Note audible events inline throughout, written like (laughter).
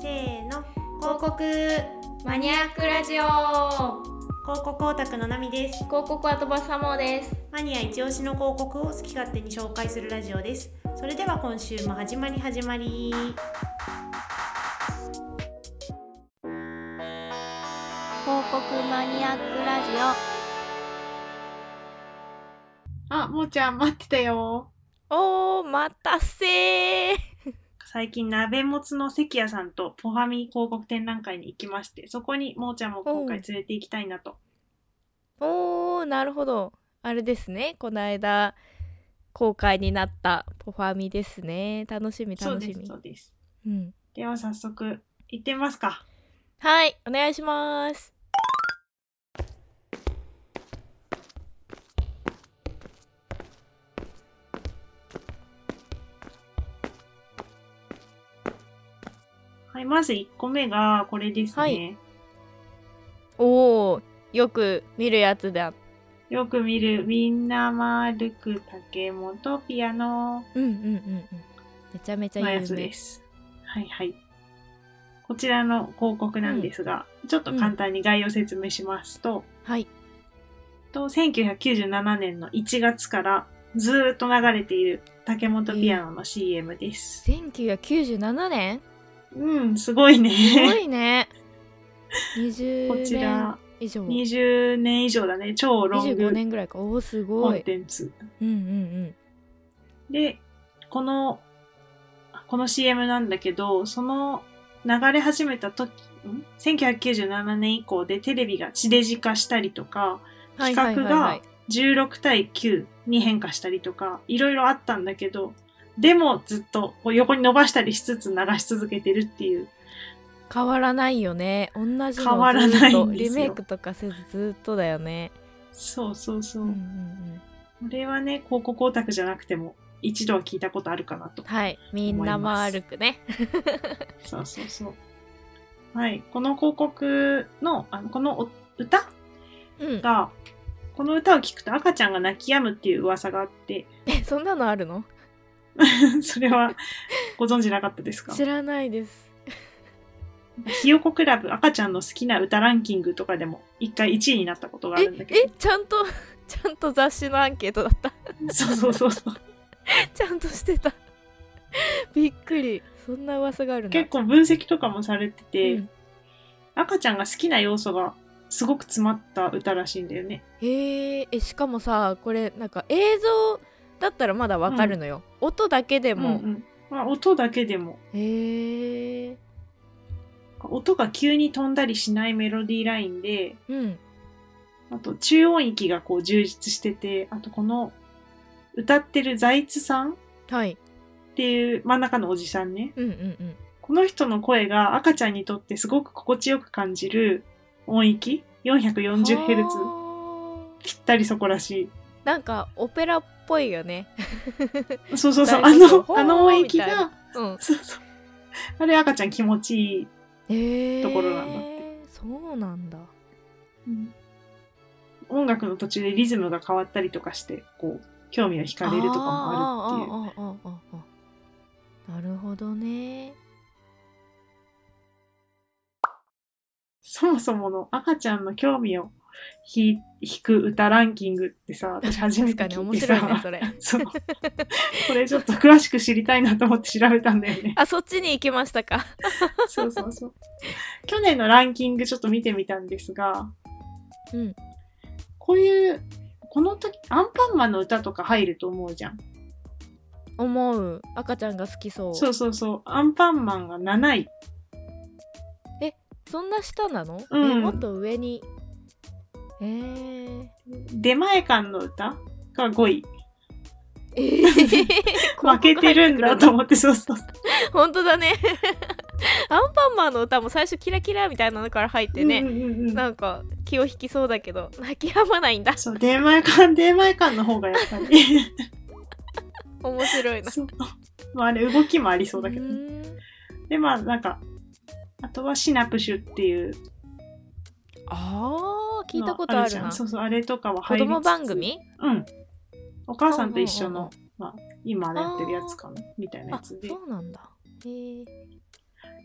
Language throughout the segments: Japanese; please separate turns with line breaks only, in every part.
せーの
広告マニアックラジオ
広告オタクのナミです
広告は飛ばさもです
マニア一押しの広告を好き勝手に紹介するラジオですそれでは今週も始まり始まり
広告マニアックラジ
あ、もーちゃん待ってたよ。
おー、待たせー。
最近鍋もつの関谷さんとポファミ広告展覧会に行きましてそこにもーちゃんも今回連れて行きたいなと
おー、なるほど。あれですね。この間、公開になったポファミですね。楽しみ、
そう
楽
で
し
す
み
そ。うです
うん。
では早速行ってみますか
はい、お願いします。
はいまず1個目がこれですね、
はいおー、よく見るやつだ。
よく見るみんなまるく竹本ピアノ
うんうんうんうん。めちゃめちゃ
の
有
や
名
つです。はいはい。こちらの広告なんですが、ちょっと簡単に概要説明しますと、
はい。
と1997年の1月からずーっと流れている竹本ピアノの CM です。
1997年
うん、すごい
すご
ね。
いね。
(laughs) こ
20
ち
年
ら
以上。
20年以上だね。超ロン
25
グ
年ぐらいか。おー、す
コ
ご
ン
い。
テンツ。
うんうん
で、この、この CM なんだけど、その流れ始めた時、ん ?1997 年以降でテレビが地デジ化したりとか、
うん。はい
企
はい
画
はいはい
が。16対9に変化したりとか、いろいろあったんだけど、でもずっとこう横に伸ばしたりしつつ流し続けてるっていう。
変わらないよね同じのずっと
変わらないんですよ
リメイクとかせずずっとだよね、
そうそうそう。
うんうんう
こ
ん、
れはね、広告オタクじゃなくても、一度は聞いたことあるかなと。
はいみんな丸くね
そうそうそう。はい。この広告の、あのこのお歌
うん
が、この歌を聴くと赤ちゃんが泣き止むっていう噂があって、 (laughs)
えそんなのあるの
それはご存知なかったですか
知らないです
ひよこクラブ赤ちゃんの好きな歌ランキングとかでも一回1位になったことがあ
え
るんだけ
えちゃんと (laughs) ちゃんと雑誌のアンケートだった (laughs)
ど。そうそうそうそう。
ちゃんとしてた (laughs) びっくりそんな噂があるんだ
結構分析とかもされてて、
うん
赤ちゃんが好きな要素がすごく詰まった歌らしいんだよね。
へーえしかもさこれなんか映像だったらまだわかるのよ、音だけ
う
で
ん
も、
うんまあ、音だけでも、
へえ
音が急に飛んだりしないメロディーラインで、
うん
あと中音域がこう充実してて、あとこの歌ってる財津さん
はい
っていう真ん中のおじさんね。
うんうんうん
この人の声が赤ちゃんにとってすごく心地よく感じる音域 ?440Hz
はー
ぴったりそこらし
なんかオペラっぽいよね。 (laughs)
い。そうそうそう。あ
大丈夫
の、あの音域
ほーみたい
が、
うん。
そうそう。あれ赤ちゃん気持ちいい。
ええ。
ところなんだって。
そうなんだ。
音楽の途中でリズムが変わったりとかして、こう、興味を惹かれるとかもあるっていう。
あーあーあーあーあーなるほどね。
(laughs) そもそもの赤ちゃんの興味をひ引く歌ランキングってさ、私初め
確
て聞
かに
い
面
て
白い
さ、
ねそれ。
そう。これちょっと詳しく知りたいなと思って調べたんだよ
(laughs)
ね。
あそっちに行きましたか。
そうそうそう。去年のランキングちょっと見てみたんですが、
うん。
こういう、この時、アンパンマンの歌とか入ると思うじゃん。
思う赤ちゃんが好きそう。
そうそうそう。アンパンマンが7位。
そんな下なの？
うん
えもっと上に。
(laughs)
えー、
出前館の歌が5位。
えー
負けてるんだと。思って、そうそうそう。
本当だね。 (laughs) アンパンマンの歌も最初キラキラみたいなのから入ってね。
うんうんうん
なんか気を引きそうだけど泣き止まない
(laughs)
んだ
そう、出前館、出前館の方がやっぱり。
(laughs) 面白いな
そう。まああれ、動きもありそうだけどね。
ーん
で、まあなんか、あとはシナプシュっていう
あー聞いたこと
の
ある
じゃん
な
そうそう、あれとかは
子
入りつつ
供番組
うん。お母さんと一緒
うんうんうん
の、まあ、今やってるやつかな、みたいなや
あ
つで。
そうなんだへえ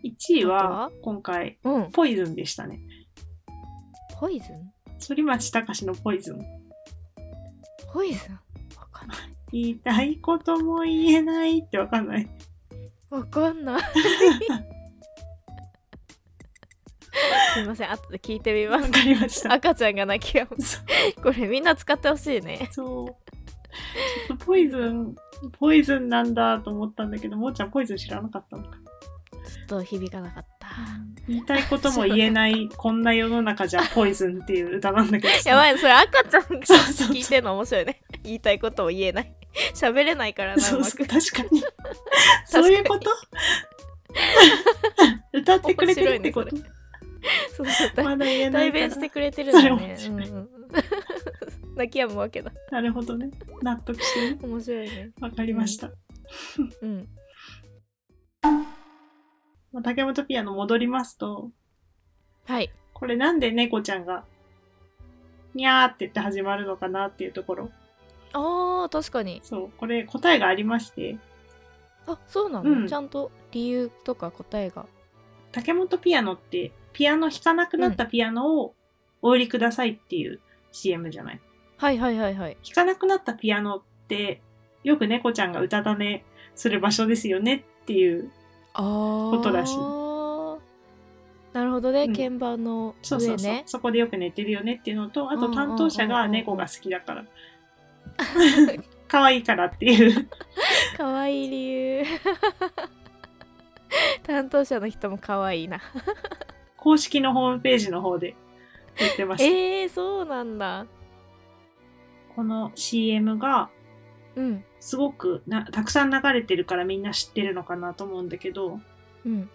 1位
あと
は
は
今回、
うん
ポイズンでしたね。
ポイズン
反町隆史のポイズン。
ポイズンわかんない
言いたいことも言えないってわかんない。
(laughs) わか
(laughs)
んないすいません後で聞いてみ
わ
ます
かりました。
赤ちゃんが泣きやむ
そ
これみんな使ってほしいね
そう。ちょっとポイズン、ポイズンなんだと思ったんだけど、もーちゃんポイズン知らなかったのか。
ちょっと響かなかった
言いたいことも言え (laughs) ない、こんな世の中じゃポイズンっていう歌なんだけど。
やばいそれ赤ちゃんが
そうそうそう
聞いてるの面白いね言いたいことを言えない喋れないからな
そうう
ま
そう、
く
確かに。 (laughs) そういうこと歌ってくれてるってこと、
面そうそうだ
まだ言えな
代
いから
弁してくれてるんだね
それ面白い
うんうん (laughs) うん泣きやむわけだ
なるほどね。納得してね。
面白いね
わかりました。
うん
まあ竹本ピアノ戻りますと、
はい
これなんで猫ちゃんが、にゃーって言って始まるのかなっていうところ。
あー確かに
そう、これ答えがありまして、
あそうなの、
うん
ちゃんと理由とか答えが
竹本ピアノって、ピアノ弾かなくなったピアノをお売りくださいっていう CM じゃない。
はいはいはいはい
弾かなくなったピアノって、よく猫ちゃんが歌だねする場所ですよねっていう、
あー
ことらしい
なるほどね、
うん
鍵盤の
そ
上ね
うそうそう、そこでよく寝てるよねっていうのと、あと担当者が猫が好きだ (laughs) から。可愛いからっていう。
可愛い理由 (laughs) 担当者の人も可愛いな
公式のホームページの方で言ってました。
えー、そうなんだ
この CM が
うん
すごくなたくさん流れてるからみんな知ってるのかなと思うんだけど、
うん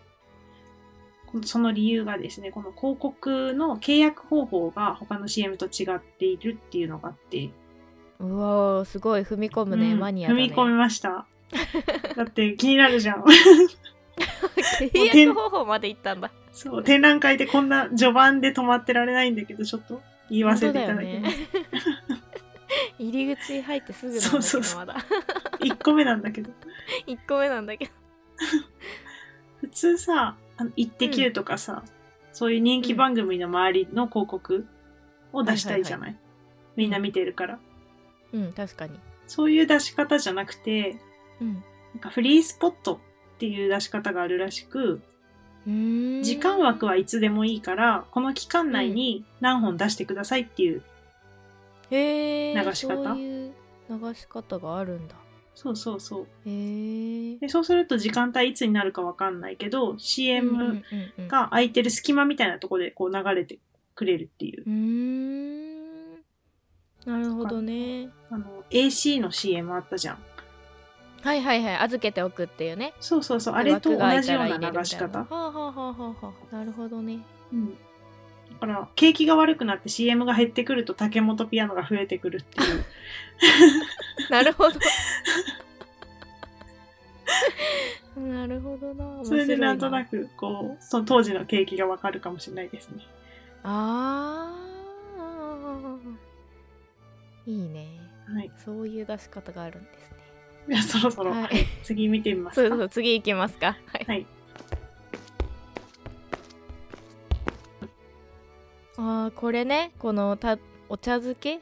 こその理由がですね、この広告の契約方法が他の CM と違っているっていうのがあって、
うわーすごい踏み込むね、
うん
マニアだね
踏み込みま
(laughs)
した。だって気になるじゃん。
契約方法まで行ったんだ
そう、展覧会でこんな序盤で止まってられないんだけど、ちょっと言わせていただきます。
入り口入ってすぐなんだけ
そ
ど
うそうそう
まだ
1個目なんだけど。
1個目なんだけど
普通さ、あの、イッテ Q とかさ、そういう人気番組の周りの広告を出したいじゃない。みんな見てるから。
うん確かに
そういう出し方じゃなくて、
うん
なんかフリースポットっていう出し方があるらしく、
うーん
時間枠はいつでもいいから、この期間内に何本出してくださいっていう、
へえ
流し方
そういう流し方があるんだ
そうそうそう。
へえ
で、そうすると時間帯いつになるかわかんないけど、CM
うん
が空いてる隙間みたいなとこでこう流れてくれるっていう。
うーんなるほどね
あの、AC の CM あったじゃん。
はいはいはい預けておくっていうね
そうそうそう、あれと同じような流し
枠
方。
が空いたら入れるみたいなはあはあはあはあはあなるほ
(laughs)
どね
うん。だから、景気が悪くなって CM が減ってくると竹本ピアノが増えてくるって
(laughs)
いう。
なるほど (laughs) なるほどな面白い
それでなんとなく、こう、その当時の景気がわかるかもしれないですね。
あーいいね
はい。
そういう出し方があるんです
じ
ね
ゃあそろそろ、
はい
はい次見てみます
そ
か。
うそう次行きますかはい、
はい
あーこれねこのたお茶漬け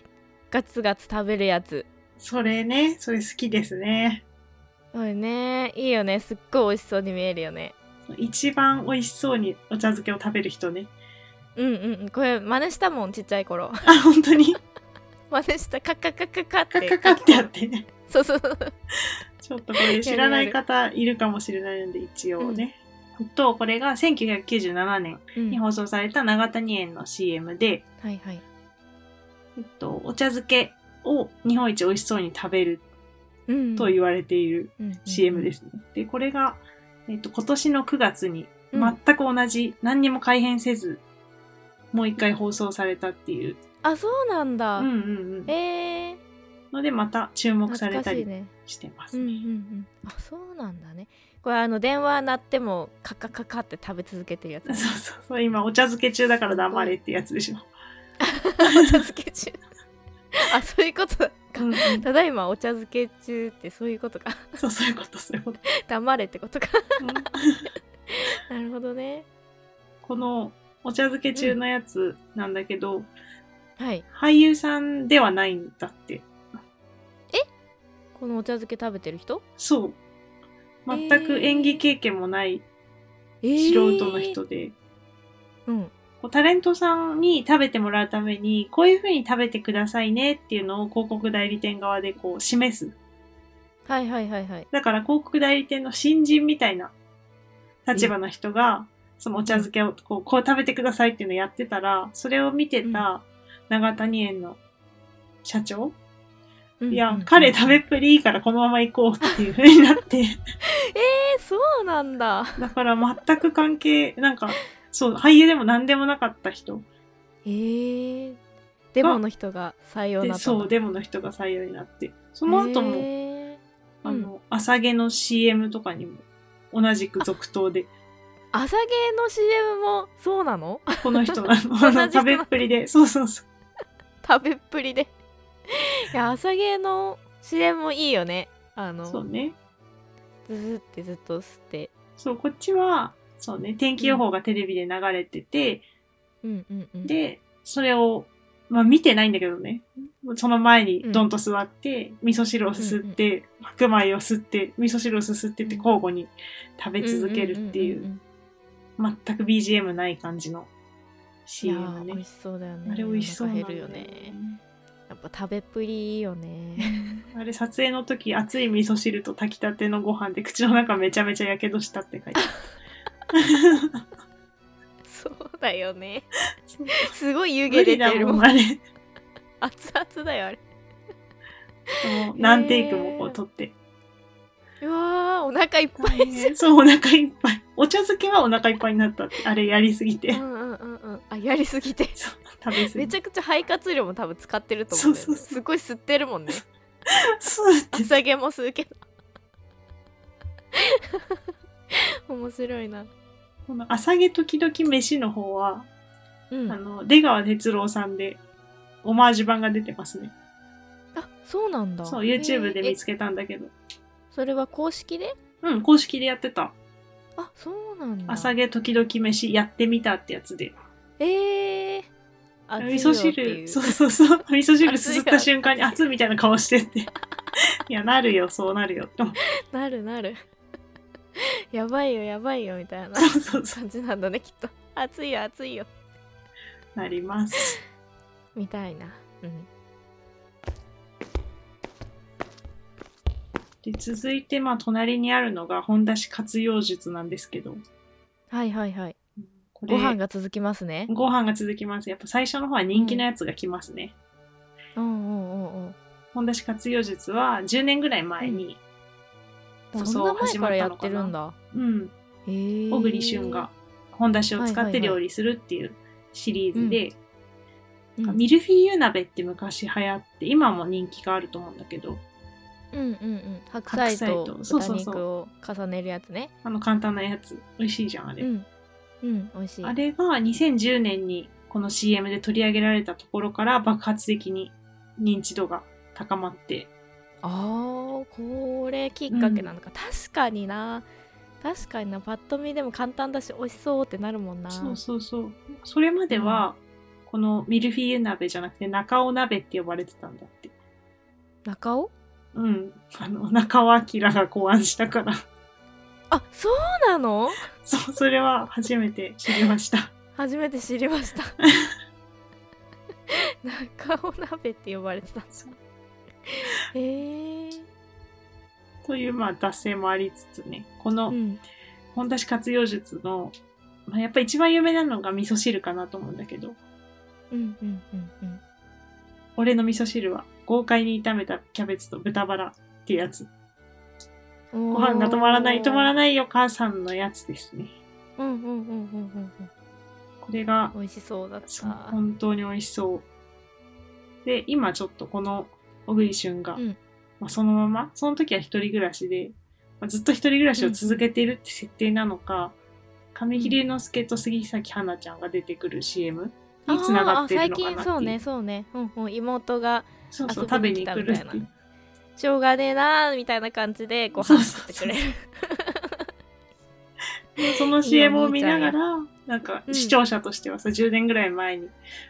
ガツガツ食べるやつ
それね、それ好きですね。
これねいいよねすっごい美味しそうに見えるよね
一番美味しそうにお茶漬けを食べる人ね。
うんうんうんこれ真似したもんちっちゃい頃 (laughs)
あ、本当に
真似したカッカッカッカッカッ
カ
て
ッカッカッってやってね。
そうそうそう
ちょっとこれ知らない方いるかもしれないので、一応ね。と、これが1997年
うん
に放送された永谷園の CM で、
はいはい
えっと、お茶漬けを日本一美味しそうに食べる
うん
と言われている
うんうん
CM ですね。で、これが、えっと、今年の9月に
うん
全く同じ、何にも改変せず、もう一回放送されたっていう。
あそうなんだ、
うんうんうん。
えー、
ので、また注目され
懐
た
かしい
り
ね
してま
う
す
んうんう
ね。
んあそうなんだねこれあの電話鳴ってもカッカッカッカッって食べ続けてるやつ (laughs)
そうそうそう、今お茶漬け中だから黙れってやつでしょ。
お茶漬け中あそういうことだ
うん (laughs) うん
ただいまお茶漬け中ってそういうことか (laughs)
そう、そういうこと、そういうこと。
黙れってことか
うん
なるほどどね
このお茶漬け中のやつなんだけど、
はい
俳優さんではないんだって。
このお茶漬け食べてる人
そう。全く演技経験もない
え
素
ー
人の人で、
うん
こうタレントさんに食べてもらうために、こういう風に食べてくださいねっていうのを広告代理店側でこう示す。
はいはいはいはい
だから広告代理店の新人みたいな立場の人が、そのお茶漬けをこうこう食べてくださいっていうのをやってたら、それを見てた長谷園の社長、
うん
い
うん
や
うん、
彼食べっぷりいいからこのまま行こうっていう風にな
(laughs)
って、
えそうなんだ
だから全く関係、なんか、そう、俳優でも何でもなかった人
えー、デモの人が採用
で
な、
そう、
で
デモの人が採用になって、その後も、
えー
あの、朝毛の CM とかにも、同じく続投
(laughs)
で、
朝芸の CM もそうなの
この人なの、あ
同じ人な
の、
の
食べっぷりで、そうそうそう。
食べっぷりでいや朝芸の CM もいいよねあの
そうね。
ずずってずっと吸って
そう、こっちは、そうね、天気予報がテレビで流れてて、
うんうんうん
で、それを、まあ見てないんだけどね、その前にドンと座って、味噌汁をすすって、白米をすって、味噌汁をすすってって交互に食べ続けるってい
んん
う、
んん
全く BGM ない感じの
いや
CM
ー美味
ね。
しそうだよね
あれ美味しそう
お
なんだ
腹減るよ
よ
ね
ね。
やっぱ食べっぷりいいよね
あれ撮影の時熱い味噌汁と炊きたてのご飯で口の中めちゃめちゃやけどしたって書いてある
そうだよ
(laughs)
ね (laughs)
そう
すごい湯
無
気
理
出
だ
てる
も
も
ん
ん
あれ。
熱々だよあれ
もう何テイクもこう撮って。
うわーお腹いっぱ
大変 (laughs) そう、お腹いっぱい。お茶漬けはお腹いっぱいになったって。あれやりすぎ
い
て
う。んうんうんうんあやりすぎて
そう、食 (laughs) べすぎ
めち
て。
ゃくちゃ肺活量も多分使ってると思うんだよ
そ
ね
うそうそう
すごい吸ってるもんね
そうって。
朝毛も吸うけ
(laughs)
ど面白いな、
この朝毛時々飯の方は、
うん、
あ
あ
の、出川哲郎さんで、オマージュ版が出てますね。
そうなんだ
そう、YouTube で見
え
つけたんだけど。
それは公式で
うん、公式でやってた。
あそうなんだ
朝毛時々飯やってみたってやつで。
えー、熱い
味
よ
噌
ってい
汁、
う
そうそうそう。味噌汁すすっ
熱いよ
た瞬間に熱っみたいな顔してって。いや、なるよ、そうなるよって思って。
なるなる (laughs) やばいよやばいよみたい
(laughs)
な
そうそうそう。
感じなんだねきっと熱いよ熱いよ
なります。
みたいなうん
で続いて、まあ、隣にあるのが、本出し活用術なんですけど、
はいはいはい
これ
ご飯が続きますね
ご飯が続きます。やっぱ最初の方は人気のやつが来ますね。
うんうんうんうん
本出し活用術は、10年ぐらい前に、放
そんな
送
前
始
か
まっ
らや
た
っ
のか
てる
な。
んだ
うん。
へえー、
小栗旬が、本出しを使
はい
っ
はいは
て
い
料理するっていうシリーズで、
うん、
ミルフィーユ鍋って昔流行って今も人気があると思うんだけど
うんうんうん白
白
菜と
菜とそう
豚
そうそう
肉を重ねるやつね
あの簡単なやつ美味しいじゃんあれ、
うんうん美味しい
あれが2010年にこの CM で取り上げられたところから爆発的に認知度が高まって
あーこれきっかけなのか、確かにな確かになパッと見でも簡単だし美味しそうってなるもんな
そうそうそうそれまでは、このミルフィーユ鍋じゃなくて中尾鍋って呼ばれてたんだって
中尾
うんあの中尾明が考案したから (laughs)
あそうなの
そうそれは初めて知りました (laughs)
初めて知りました中尾鍋って呼ばれてたんですへえー、
というまあ脱線もありつつねこの、
うん
本出し活用術の、まあ、やっぱ一番有名なのが味噌汁かなと思うんだけど、
うんうんうんうん
俺の味噌汁は豪快に炒めたキャベツと豚バラってやつ。
ご
ご飯が止まらない、止まらないよ母さんのやつですね。
うんうんうんうんうんうん
これが
美味しそうだっ
そう
た
本当に美味しそう。で、今ちょっとこの小栗旬が、
うん
まあ、そのまま、その時は一人暮らしで、まあ、ずっと一人暮らしを続けてるって設定なのか、神木隆之介と杉咲花ちゃんが出てくる CM につながってるのかなっていう
あーあ最近そうねそうね、うんうん、妹が
そうそう、
遊
食
び
べに
に来た
来るっ
み
た
いな
ていう。(laughs)
「しょうがねえな」みたいな感じでご
そう
飯
そう
作ってくれる
その CM を見ながら、なんか
うん
視聴者としてはさ、10年ぐらい前に、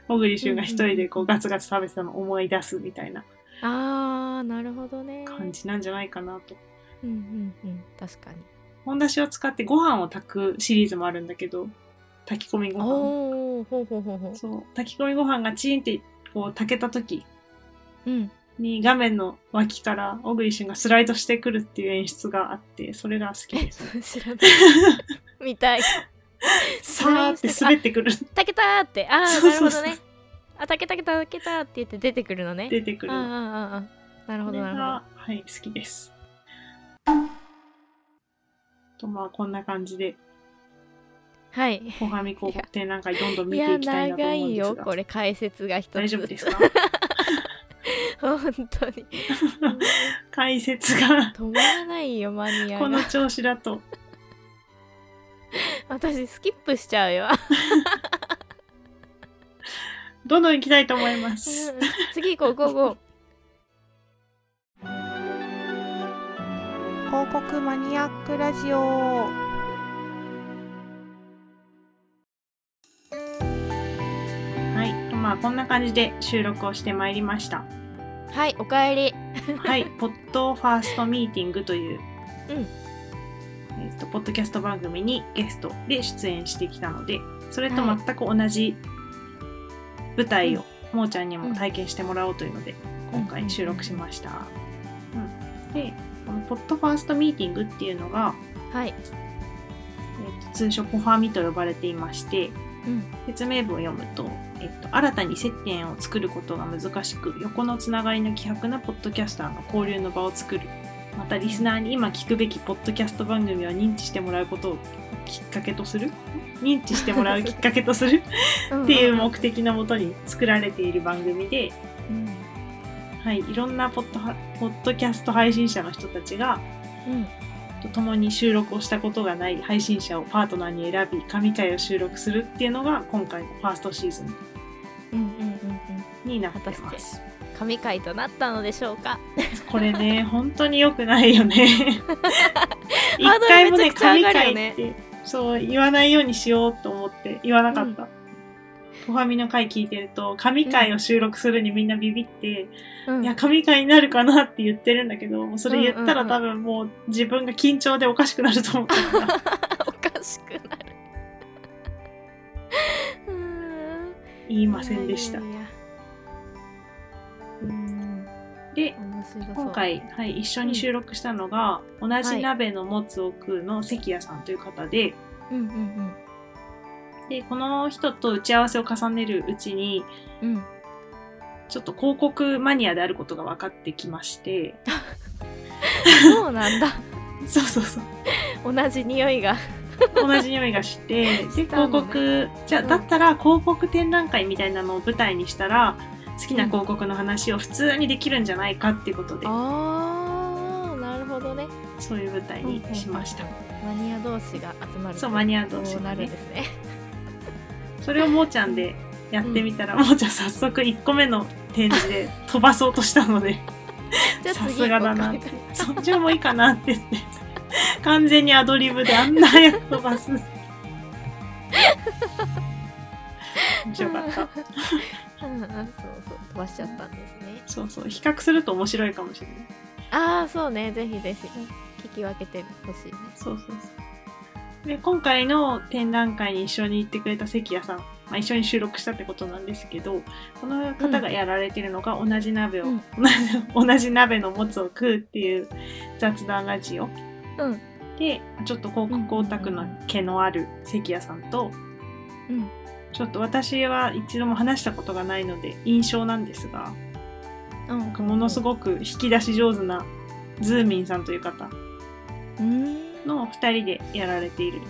小栗旬が一人でこうガツガツ食べてたのを思い出すみたいな
あーなるほどね
感じなんじゃないかなと。
うんうんうん確かに
本だしを使ってご飯を炊くシリーズもあるんだけど、炊き込みご飯。
おおほうほうほうほ
そう、炊き込みご飯がチーンってこう炊けた時
ううん
に画面の脇から小栗旬がスライドしてくるっていう演出があって、それが好き
え
です。
(laughs) それ知
(laughs)
らない見たい
さーって滑ってくる、
たけたーってああ
そう
なる
そうそ
ほど
う
ねあたけたけたけたって言って出てくるのね
出てくる
あーあ
の。
ーあーなるほ
これ
どなるほど
が、はい、好きです。と、まあ、こんな感じで、
はい
小上広告展覧会どんどん
い
見て
や
いきたいなと思う
長
ん
い
です
よ
が。
これ解説が一つ
大丈夫ですか
(laughs) 本当
(laughs)
にうん
解説が、
止まらないよマニア
こ
が
の調子だと。
私スキップしちゃうよ
どんどん行きたいと思います。
次行こう行こう行こ
広告マニアックラジオ
はい。とまあ、こんな感じで収録をしてまいりました。
うはいおかえり
はい。ポッドファーストミーティングという、
うん
えっと、ポッドキャスト番組にゲストで出演してきたので、それと全く同じ舞台を、もーちゃんにも体験してもらおうというので、今回収録しました。うん、で、このポッドファーストミーティングっていうのが、
はい
えっと通称ポファミと呼ばれていまして、
うん
説明文を読むと、えっと、新たに接点を作ることが難しく横のつながりの希薄なポッドキャスターの交流の場を作るまたリスナーに今聞くべきポッドキャスト番組を認知してもらうことをきっかけとする認知してもらうきっかけとするっていう目的のもとに作られている番組で、
うん
はい、いろんなポッドはポッドキャスト配信者の人たちが
うん
と共に収録をしたことがない配信者をパートナーに選び神回を収録するっていうのが今回のファーストシーズン
うんうんうんうん
になってます。
神回となったのでしょうか
これね (laughs) 本当に良くないよね。一
(laughs) ハ
回も
ードル
ね
めちゃくちゃ
神
上がるよ
回
ね
ってそう言わないようにしようと思って言わなかった。ポファミの回聞いてると神回を収録するにみんなビビって、
うん
いや神回になるかなって言ってるんだけどもうそれ言った
う
ら
んうんう
多分もう自分が緊張でおかしくなると思ったから
(laughs) おかしくなるうーん
言いませんでした
い。やいやいやうーん
で
面白そう
今回、はい、一緒に収録したのが、同じ鍋のもつを食うの関谷さんという方で
うんうん
でこの人と打ち合わせを重ねるうちに
うん
(laughs)
うん
ちょっと広告マニアであることが分かってきまして
そうなんだ
(laughs) そうそうそう
同じ匂いが
同じ匂いが (laughs) してで
たの
広
ね
告じゃあ
うん
だったら広告展覧会みたいなのを舞台にしたら好きな広告の話を普通にできるんじゃないかっていうことで、
あーなるほどね
そういう舞台にしました、
マニア同士が集まると
そうマニア同士
こうな
が
る
ね
んですね
それをもーちゃんでやってみたら、もーちゃん早速1個目の展示で飛ばそうとしたので
じゃあ
さ
次
すがだな
行こ (laughs) う
そっちもいいかなって言って完全にアドリブであんな早く飛ばす面白かった
かうんうんそうそう飛ばしちゃったんですね
そうそう比較すると面白いかもしれない
ああそうねぜひぜひ聞き分けてほしいね
そうそうそうで今回の展覧会に一緒に行ってくれた関谷さん、まあ、一緒に収録したってことなんですけどこの方がやられてるのが同じ鍋を、
うん
(laughs) 同じ同じ鍋のもつを食うっていう雑談ラジオ
うん
でちょっと広告オタクの毛のある関谷さんと、
うん
ちょっと私は一度も話したことがないので印象なんですが
うん
ものすごく引き出し上手なズーミンさんという方
うーん
の2人でやられている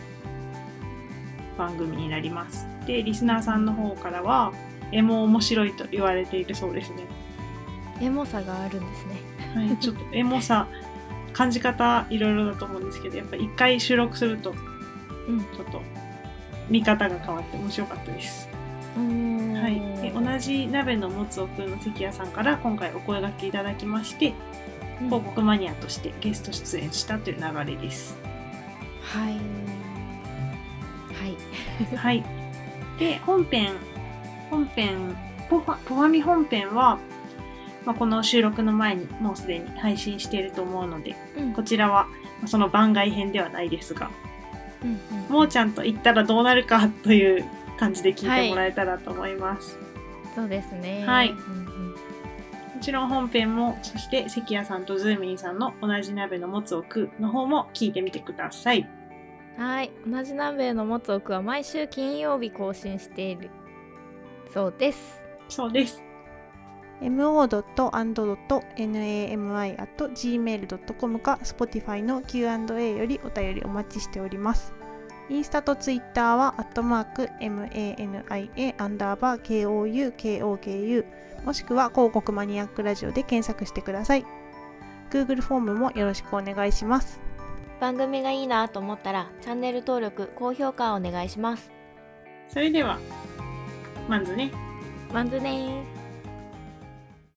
番組になります。でリスナーさんの方からは「絵も面白い」と言われているそうですね。
エモさがあるんですね
はい、ちょっとエモさ感じ方いろいろだと思うんですけどやっぱ一回収録するとち
うん
ょっと見方が変わって面白かったです。は、
はい
で同じ鍋のもつおくんの関谷さんから今回お声掛けいただきまして広告マニアとしてゲスト出演したという流れです。
はいはい
はい。で、本編、本編、ポファポファミ本編は、まあ、この収録の前にもうすでに配信していると思うので、
うん
こちらはまあその番外編ではないですが、
うんうん
もうちゃんと行ったらどうなるかという感じで聞いてもらえたらと思います。
そうですね
はい
うんうん
もちろん本編も、そして関谷さんとズーミンさんの同じ鍋のもつを食うの方も聞いてみてください。
はい同じ鍋の持つ奥は毎週金曜日更新しているそうです
そうです。
mo.and.nami.gmail.com か Spotify の Q&A よりお便りお待ちしております。インスタとツイッターは、アットマーク、mania アンダーバー koukoku もしくは広告マニアックラジオで検索してください。Google フォームもよろしくお願いします。
番組がいいなと思ったらチャンネル登録高評価お願いします
それでは、まずね、
まずねー